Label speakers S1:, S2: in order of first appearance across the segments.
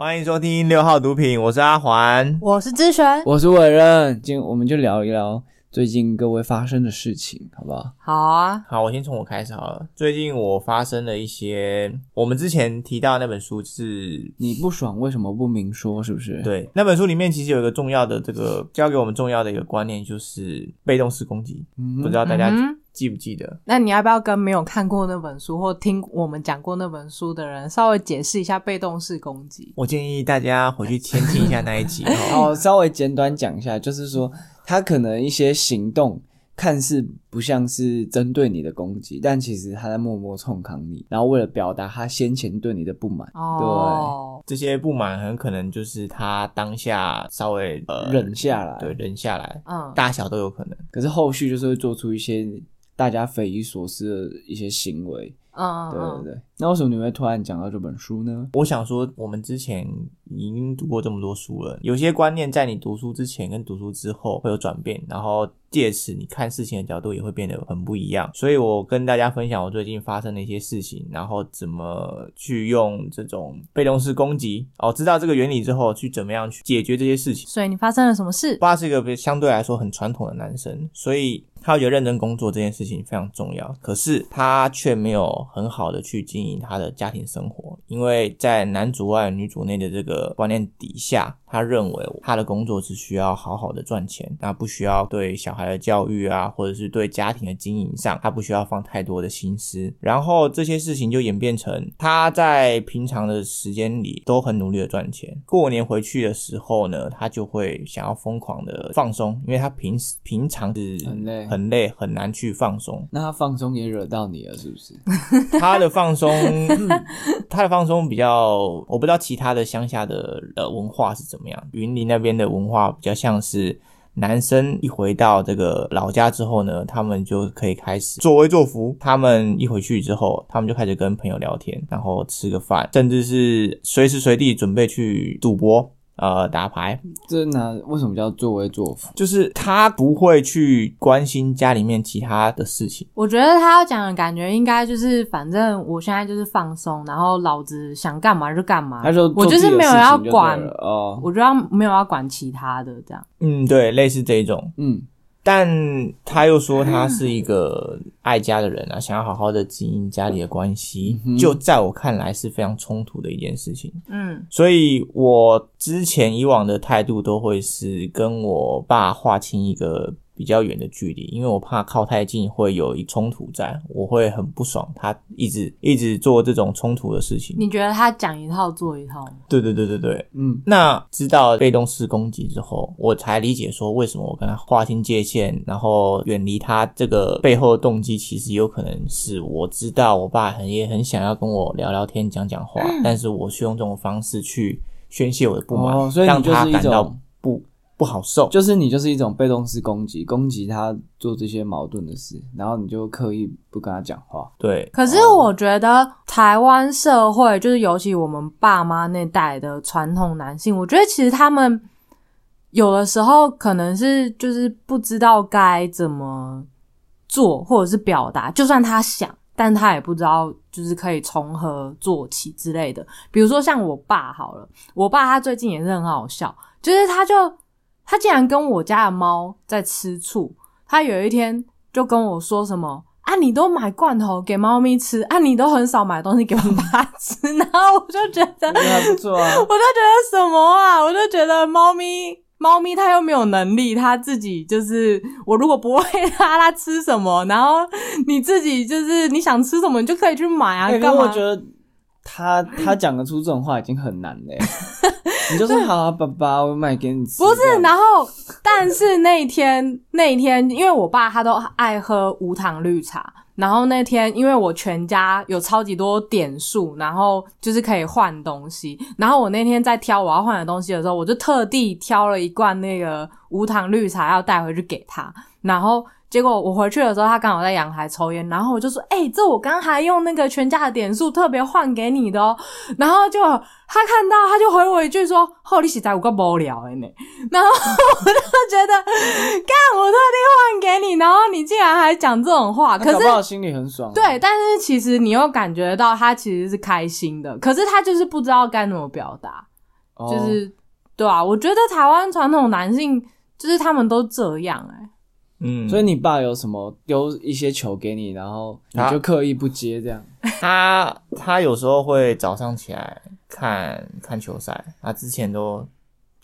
S1: 欢迎收听六号毒品，我是阿环。
S2: 我是之 璇。
S3: 我是伟任，今天我们就聊一聊最近各位发生的事情，好不好？
S2: 好啊，
S1: 好，我先从我开始好了。最近我发生了一些，我们之前提到那本书是，
S3: 你不爽为什么不明说？是不是？，
S1: 对，那本书里面其实有一个重要的这个教给我们重要的一个观念，就是被动式攻击。
S3: 嗯
S1: 不知道大家
S2: 嗯哼
S1: 记不记得？
S2: 那你要不要跟没有看过那本书或听我们讲过那本书的人稍微解释一下被动式攻击？
S1: 我建议大家回去先听一下那一 集哦。
S3: 好，稍微简短讲一下，就是说他可能一些行动看似不像是针对你的攻击，但其实他在默默冲康你，然后为了表达他先前对你的不满，
S2: 哦，
S1: 这些不满很可能就是他当下稍微呃
S3: 忍下来
S1: 对，忍下来，
S2: 嗯，
S1: 大小都有可能。
S3: 可是后续就是会做出一些大家匪夷所思的一些行为。
S2: 嗯
S3: 对
S2: 嗯
S3: 对对，那为什么你会突然讲到这本书呢？
S1: 我想说，我们之前已经读过这么多书了，有些观念在你读书之前跟读书之后会有转变，然后借此你看事情的角度也会变得很不一样。所以我跟大家分享我最近发生的一些事情，然后怎么去用这种被动式攻击哦，知道这个原理之后，去怎么样去解决这些事情。
S2: 所以你发生了什么事？
S1: 爸是一个相对来说很传统的男生，所以他会觉得认真工作这件事情非常重要。可是他却没有很好的去经营他的家庭生活，因为在男主外女主内的这个观念底下，他认为他的工作只需要好好的赚钱，那不需要对小孩的教育啊，或者是对家庭的经营上，他不需要放太多的心思。然后这些事情就演变成他在平常的时间里都很努力的赚钱，过年回去的时候呢，他就会想要疯狂的放松，因为他平时平常是
S3: 很累。
S1: 很累，很难去放松
S3: 那他放松也惹到你了，是不是？
S1: 他的放松，他的放松比较，我不知道其他的乡下的呃文化是怎么样，云林那边的文化比较像是。男生一回到这个老家之后呢，他们就可以开始作威作福。他们一回去之后，他们就开始跟朋友聊天，然后吃个饭，甚至是随时随地准备去赌博、呃打牌，
S3: 这哪为什么叫作威作福？
S1: 就是他不会去关心家里面其他的事情。
S2: 我觉得他要讲的感觉应该就是，反正我现在就是放松，然后老子想干嘛就干嘛。
S3: 他说
S2: 啊我就是没有要管，
S3: 哦，
S2: 我就要没有要管其他的这样。
S1: 嗯，对，类似这一种。
S3: 嗯，
S1: 但他又说他是一个爱家的人啊，想要好好的经营家里的关系，
S3: 嗯嗯哼
S1: 就在我看来是非常冲突的一件事情。
S2: 嗯
S1: 所以我之前以往的态度都会是跟我爸划清一个比较远的距离，因为我怕靠太近会有一冲突在，我会很不爽他一直一直做这种冲突的事情。
S2: 你觉得他讲一套做一套吗？
S1: 对对对对对，
S3: 嗯，
S1: 那知道被动式攻击之后，我才理解说为什么我跟他划清界限，然后远离他这个背后的动机，其实有可能是我知道我爸很也很想要跟我聊聊天、讲讲话，
S3: 嗯
S1: 但是我是用这种方式去宣泄我的不满，
S3: 哦所以
S1: 让
S3: 你就
S1: 他
S3: 是一
S1: 感到
S3: 种
S1: 不不好受。
S3: 就是你就是一种被动式攻击，攻击他做这些矛盾的事，然后你就刻意不跟他 讲话。
S1: 对，
S2: 可是我觉得台湾社会，就是尤其我们爸妈那代的传统男性，我觉得其实他们有的时候可能是就是不知道该怎么做，或者是表达，就算他想，但他也不知道就是可以从何做起之类的。比如说像我爸好了，我爸他最近也是很好笑，就是他就他竟然跟我家的猫在吃醋，他有一天就跟我说什么。啊！你都买罐头给猫咪吃，啊！你都很少买东西给爸爸吃， 然后我就觉得
S3: 那还不错啊，
S2: 我就觉得什么啊？我就觉得猫咪，猫咪它又没有能力，它自己就是我如果不喂它，它吃什么？然后你自己就是你想吃什么，你就可以去买啊，
S3: 欸可
S2: 干
S3: 是我
S2: 嘛
S3: 觉？得他他讲得出这种话已经很难 嘞、你就说好啊，爸爸，我买给你吃。
S2: 不
S3: 这
S2: 是，
S3: 样
S2: 然后但是那一天那一天，因为我爸他都爱喝无糖绿茶，然后那天因为我全家有超级多点数，然后就是可以换东西，然后我那天在挑我要换的东西的时候，我就特地挑了一罐那个无糖绿茶要带回去给他，然后。结果我回去的时候，他刚好在阳台抽烟，然后我就说：“哎、这我刚还用那个全家的点数特别换给你的哦。”然后就他看到，他就回我一句说：“后你实在有够无聊的呢。”然后我就觉得，干，我特地换给你，然后你竟然还讲这种话，
S3: 他
S2: 可
S3: 啊搞
S2: 是
S3: 不好心里很爽、啊
S2: 对，，但是其实你又感觉到他其实是开心的，可是他就是不知道该怎么表达。
S3: 哦
S2: 就是、对啊，我觉得台湾传统男性就是他们都这样哎、
S1: 嗯，
S3: 所以你爸有什么丢一些球给你，然后你
S1: 啊
S3: 就刻意不接这样？
S1: 他他有时候会早上起来看看球赛，他之前都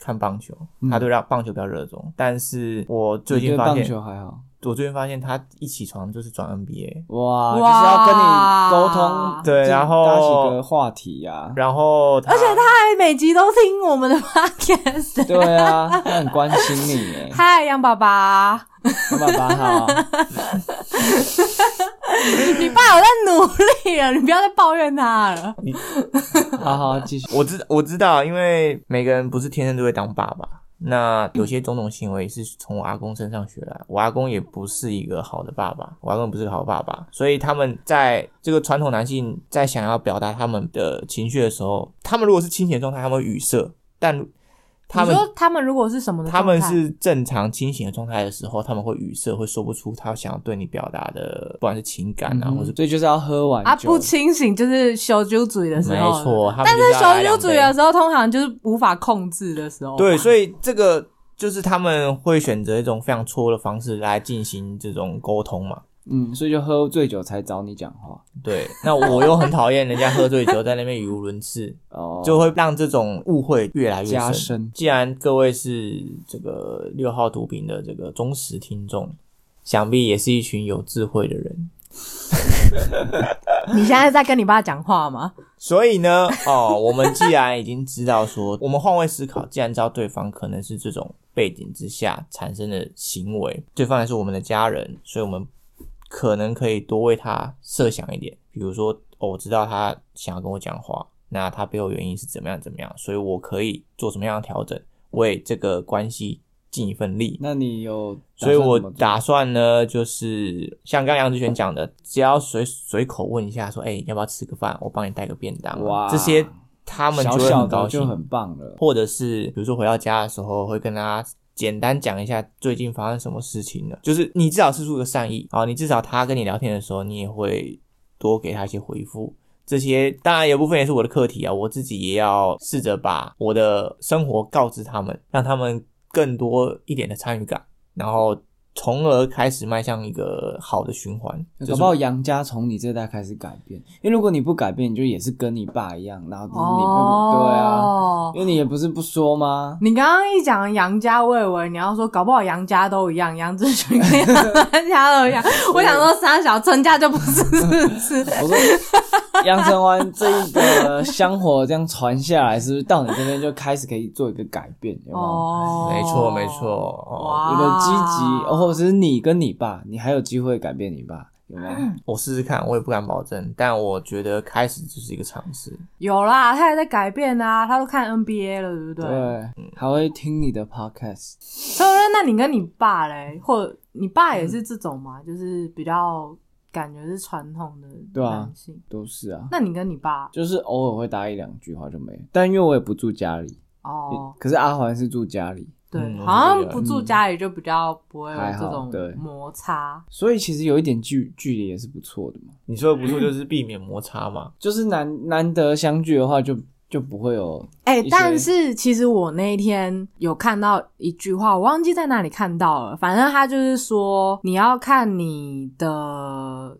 S1: 看棒球，
S3: 嗯
S1: 他对让棒球比较热衷。但是我最
S3: 你
S1: 近
S3: 对
S1: 发
S3: 棒
S1: 现，
S3: 球还好
S1: 我最近发现他一起床就是转 NBA，
S3: 哇，就是要跟
S2: 哇
S3: 你沟通，
S1: 对
S3: 就是
S1: 然后
S3: 搭几个话题呀、
S1: 然后而且他
S2: 嗨，哎每集都听我们的 podcast，，
S3: 对啊，他很关心你耶
S2: 嗨，杨爸爸，
S3: 爸爸好，
S2: 你爸有在努力了，你不要再抱怨他了。
S3: 好好继续。
S1: 我知我知道，因为每个人不是天生都会当爸爸。那有些种种行为是从我阿公身上学来，我阿公也不是一个好的爸爸，我阿公不是个好爸爸，所以他们在这个传统男性在想要表达他们的情绪的时候，他们如果是清醒的状态，他们会语塞，但他们
S2: 你说他们如果是什么的
S1: 他
S2: 状态？
S1: 们是正常清醒的状态的时候，他们会语塞，会说不出他想要对你表达的，不管是情感啊，或是
S3: 所以就是要喝完
S2: 啊，
S3: 酒
S2: 不清醒就是小酒嘴的时
S1: 没
S2: 候，。
S1: 错，他们
S2: 但
S1: 就是要来
S2: 小
S1: 两
S2: 酒
S1: 杯
S2: 嘴的时候，通常就是无法控制的时候吧。
S1: 对，所以这个就是他们会选择一种非常错的方式来进行这种沟通嘛。
S3: 嗯，所以就喝醉酒才找你讲话
S1: 对，那我又很讨厌人家喝醉酒在那边语无伦 次，
S3: 哦，
S1: 就会让这种误会越来越
S3: 加
S1: 深。
S3: 深。
S1: 既然各位是这个六号毒品的这个忠实听众，想必也是一群有智慧的人，
S2: 你现在在跟你爸讲话吗？
S1: 所以呢， 哦，我们既然已经知道说，我们换位思考，既然知道对方可能是这种背景之下产生的行为，对方也是我们的家人，所以我们可能可以多为他设想一点，比如说，哦，我知道他想要跟我讲话，那他背后原因是怎么样怎么样，所以我可以做什么样的调整，为这个关系尽一份力。
S3: 那你有打
S1: 所
S3: 算
S1: 以
S3: 怎么
S1: 我
S3: 做？
S1: 打算呢，就是像刚刚杨志轩讲的，只要随随口问一下说，哎、要不要吃个饭？我帮你带个便当啊。
S3: 哇
S1: 这些他们就
S3: 小
S1: 会
S3: 小
S1: 很高
S3: 的
S1: 兴。
S3: 就很棒了。
S1: 或者是比如说回到家的时候，会跟他简单讲一下最近发生什么事情了，就是你至少是出个善意啊，你至少他跟你聊天的时候，你也会多给他一些回复。这些当然有部分也是我的课题啊，我自己也要试着把我的生活告知他们，让他们更多一点的参与感，然后从而开始迈向一个好的循环。
S3: 搞
S1: 就是
S3: 不好杨家从你这代开始改变，因为如果你不改变，你就也是跟你爸一样，然后只是你不、对啊，因为你也不是不说吗？
S2: 你刚刚一讲杨家我以为你要说搞不好杨家都一样，杨志群跟杨 家都一样。我想说三小陈家就不是，是不是？
S3: 我说杨成湾这一个香火这样传下来，是不是到你这边就开始可以做一个改变？有没有？
S2: 哦，啊
S1: 没错没错，哦，
S2: 哇
S3: 一个积极，哦或者是你跟你爸，你还有机会改变你爸，有没有？
S2: 嗯
S1: 我试试看，我也不敢保证，但我觉得开始就是一个尝试。
S2: 有啦，他也在改变啊，他都看 NBA 了，对不对？
S3: 对，还会听你的 podcast。
S2: 所以我说，哎那你跟你爸嘞，或者你爸也是这种嘛，就是比较感觉是传统的
S3: 对啊
S2: 男性。
S3: 都是啊，
S2: 那你跟你爸
S3: 就是偶尔会搭一两句话就没了。但因为我也不住家里，
S2: 哦，
S3: 可是阿环是住家里，
S2: 对，
S1: 嗯我
S2: 好
S1: 觉
S2: 像
S1: 得
S2: 不住家里就比较不会有
S3: 还
S2: 这
S3: 好
S2: 种
S3: 对
S2: 摩擦。
S3: 所以其实有一点距距离也是不错的嘛。
S1: 你说的不错，就是避免摩擦嘛。
S3: 就是难难得相聚的话就，就不会有
S2: 哎、
S3: 一些
S2: 但是其实我那一天有看到一句话，我忘记在哪里看到了。反正他就是说，你要看你的，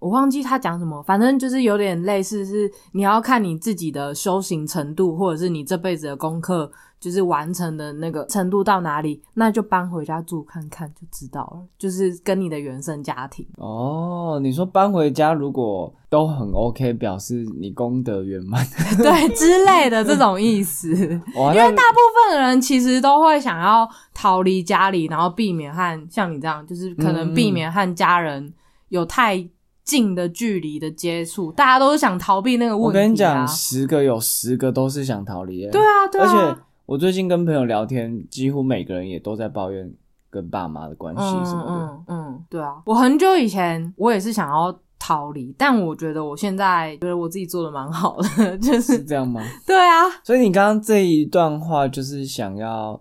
S2: 我忘记他讲什么，反正就是有点类似是你要看你自己的修行程度，或者是你这辈子的功课就是完成的那个程度到哪里，那就搬回家住看看就知道了。就是跟你的原生家庭，
S3: 哦。你说搬回家如果都很 OK，表示你功德圆满。
S2: 对之类的这种意思。
S3: 哇，
S2: 因为
S3: 那
S2: 大部分的人其实都会想要逃离家里，然后避免和像你这样，就是可能避免和家人有太近的距离的接触，大家都是想逃避那个
S3: 我
S2: 问题、啊。
S3: 跟你讲，十个有十个都是想逃离的。
S2: 对啊，对啊，
S3: 而且我最近跟朋友聊天，几乎每个人也都在抱怨跟爸妈的关系什么的。
S2: 嗯嗯嗯，对啊，我很久以前我也是想要逃离，但我觉得我现在觉得我自己做的蛮好的，就是
S3: 是这样吗？
S2: 对啊，
S3: 所以你刚刚这一段话就是想要，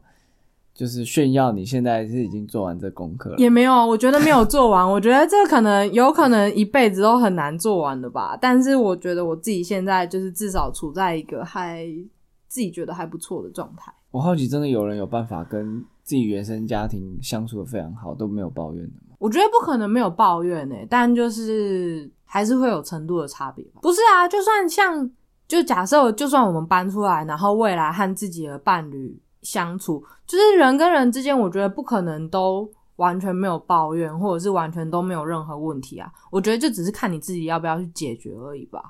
S3: 就是炫耀你现在是已经做完这功课了。
S2: 也没有，我觉得没有做完。 我觉得这可能有可能一辈子都很难做完的吧。但是我觉得我自己现在就是至少处在一个还
S4: 自己觉得还不错的状态。
S3: 我好奇，真的有人有办法跟自己原生家庭相处的非常好，都没有抱怨的吗？
S2: 我觉得不可能没有抱怨诶、但就是还是会有程度的差别吧。不是啊，就算像就假设，就算我们搬出来，然后未来和自己的伴侣相处，就是人跟人之间，我觉得不可能都完全没有抱怨，或者是完全都没有任何问题啊。我觉得就只是看你自己要不要去解决而已吧，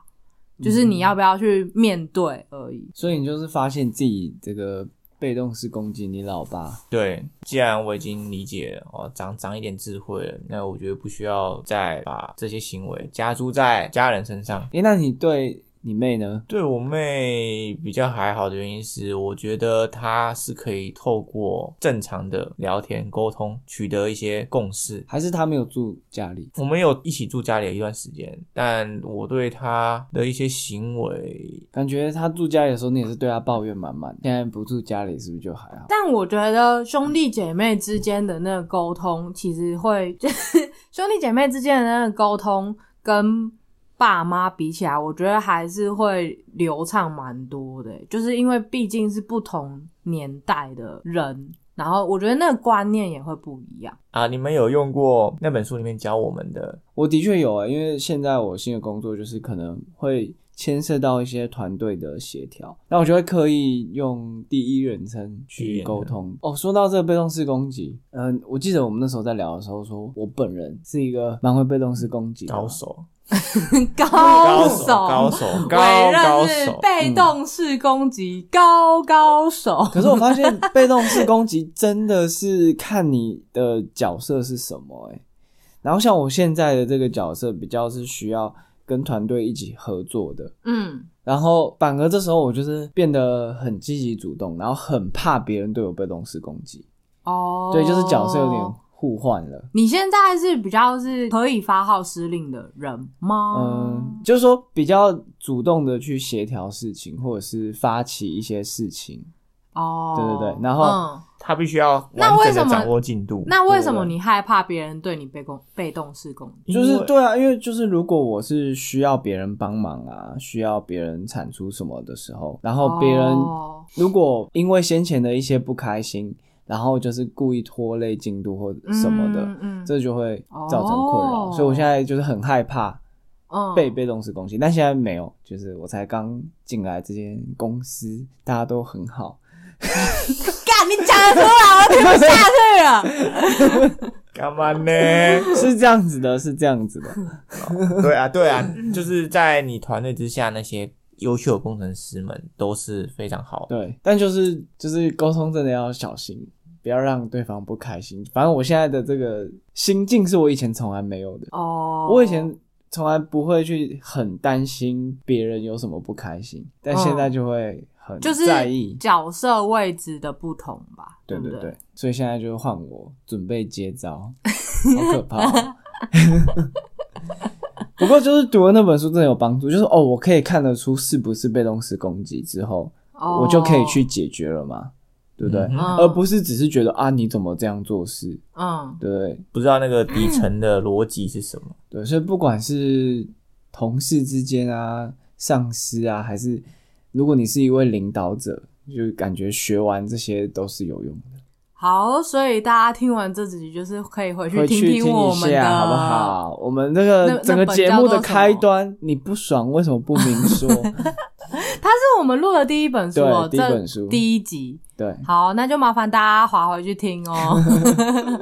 S2: 就是你要不要去面对而已。
S3: 所以你就是发现自己这个被动式攻击你老爸，
S1: 对，既然我已经理解了，哦，长长一点智慧了，那我觉得不需要再把这些行为加诸在家人身上。
S3: 诶、那你对你妹呢？
S1: 对我妹比较还好的原因是，我觉得她是可以透过正常的聊天沟通取得一些共识。
S3: 还是她没有住家里？
S1: 我们有一起住家里一段时间，但我对她的一些行为，
S3: 感觉她住家里的时候，你也是对她抱怨满满。现在不住家里，是不是就还好？
S2: 但我觉得兄弟姐妹之间的那个沟通，其实会就是兄弟姐妹之间的那个沟通，跟爸妈比起来，我觉得还是会流畅蛮多的。就是因为毕竟是不同年代的人，然后我觉得那个观念也会不一 样。
S1: 啊，你们有用过那本书里面教我们的？
S3: 我的确有啊、因为现在我新的工作就是可能会牵涉到一些团队的协调，那我就会刻意用第一人称去沟通。哦，说到这个被动式攻击，嗯，我记得我们那时候在聊的时候说，我本人是一个蛮会被动式攻击的
S1: 高手，
S2: 高手，
S1: 高手， 高
S2: 委
S1: 高
S2: 任是
S1: 手，嗯
S2: 被动式攻击、高高手。
S3: 可是我发现被动式攻击真的是看你的角色是什么哎、欸然后像我现在的这个角色比较是需要跟团队一起合作的，
S2: 嗯，
S3: 然后反而这时候我就是变得很积极主动，然后很怕别人对我被动式攻击，
S2: 哦，
S3: 对，就是角色有点互换了。
S2: 你现在是比较是可以发号施令的人吗？
S3: 嗯，就是说比较主动的去协调事情，或者是发起一些事情。
S2: 哦，
S3: 对对对然后
S2: 嗯、
S1: 他必须要
S2: 那
S1: 完
S2: 为
S1: 整
S2: 什
S1: 的
S2: 么
S1: 掌握进度。
S2: 那为什么你害怕别人对你被攻被动式攻击？
S3: 就
S1: 因
S3: 是
S1: 为
S3: 对啊，因为就是如果我是需要别人帮忙啊，需要别人产出什么的时候，然后别人
S2: 哦
S3: 如果因为先前的一些不开心，然后就是故意拖累进度或什么的，
S2: 嗯嗯
S3: 这就会造成困扰。
S2: 哦
S3: 所以我现在就是很害怕
S2: 嗯
S3: 被被动式攻击，但现在没有，就是我才刚进来这间公司，大家都很好。
S2: 干，你讲得出来，我听不下去 了。
S1: 干嘛呢？
S3: 是这样子的，是这样子的。
S1: 对啊，对啊，就是在你团队之下，那些优秀的工程师们都是非常好的。
S3: 对，但就是就是沟通真的要小心，不要让对方不开心。反正我现在的这个心境是我以前从来没有的，
S2: 哦，
S3: 我以前从来不会去很担心别人有什么不开心，但现在就会很
S2: 嗯就是
S3: 在意。
S2: 角色位置的不同吧，
S3: 对
S2: 不
S3: 对
S2: 对
S3: 对，所以现在就换我准备 接招，好可怕哦、不过就是读了那本书真的有帮助，就是哦，我可以看得出是不是被动式攻击之后，
S2: 哦
S3: 我就可以去解决了嘛，对不对？
S1: 嗯
S2: 哼
S3: 而不是只是觉得啊，你怎么这样做事，
S2: 嗯
S3: 对不对？
S1: 不知道那个底层的逻辑是什么？
S3: 对，所以不管是同事之间啊、上司啊，还是如果你是一位领导者，就感觉学完这些都是有用的，
S2: 好，所以大家听完这集就是可以回去
S3: 回
S2: 听
S3: 去听
S2: 我
S3: 一
S2: 们的，
S3: 下好不？好？我们这
S2: 那
S3: 个
S2: 那
S3: 整个
S2: 本
S3: 节
S2: 叫
S3: 目
S2: 做
S3: 的
S2: 什
S3: 开
S2: 么
S3: 端，你不爽为什么不明 说？
S2: 它是我们录的第一本书哦，
S3: 对第一
S2: 这
S3: 本书
S2: 第一集。
S3: 对，
S2: 好，那就麻烦大家划回去听哦。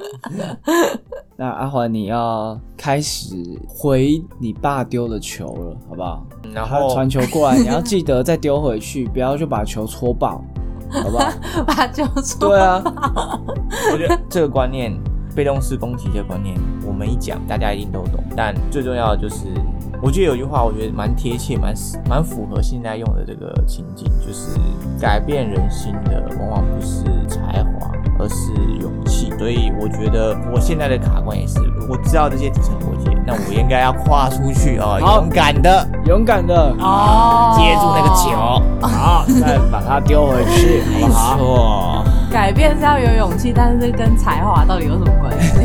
S3: 那阿华你要开始回你爸丢的球了，好不好？
S1: 嗯然
S3: 他
S1: 后
S3: 传球过来，你要记得再丢回去，不要就把球戳爆，好 不好？
S2: 把酒说
S3: 对啊，
S1: 我觉得这个观念，被动式攻击这个观念，我们一讲大家一定都懂。但最重要的就是，我觉得有句话，我觉得蛮贴切，蛮蛮符合现在用的这个情景，就是改变人心的往往不是才华，而是勇气。所以我觉得我现在的卡关也是，我知道这些底层逻辑，那我应该要跨出去啊、
S3: 好
S1: 勇敢的
S3: 勇敢的
S2: 哦，
S1: 接住那个球，
S3: 好，再把它丢回去，好
S1: 没
S3: 不好？
S1: 错。
S2: 改变是要有勇气，但是跟才华到底有什么关 系？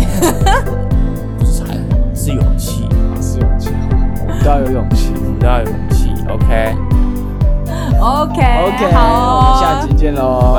S1: 不是才华，是勇气，
S3: 是勇气，好不好我们都要有勇气。
S1: 我们都要有勇气。OK。
S2: OK 哦
S3: OK，
S2: 好哦
S3: 哎哦我们下集见喽。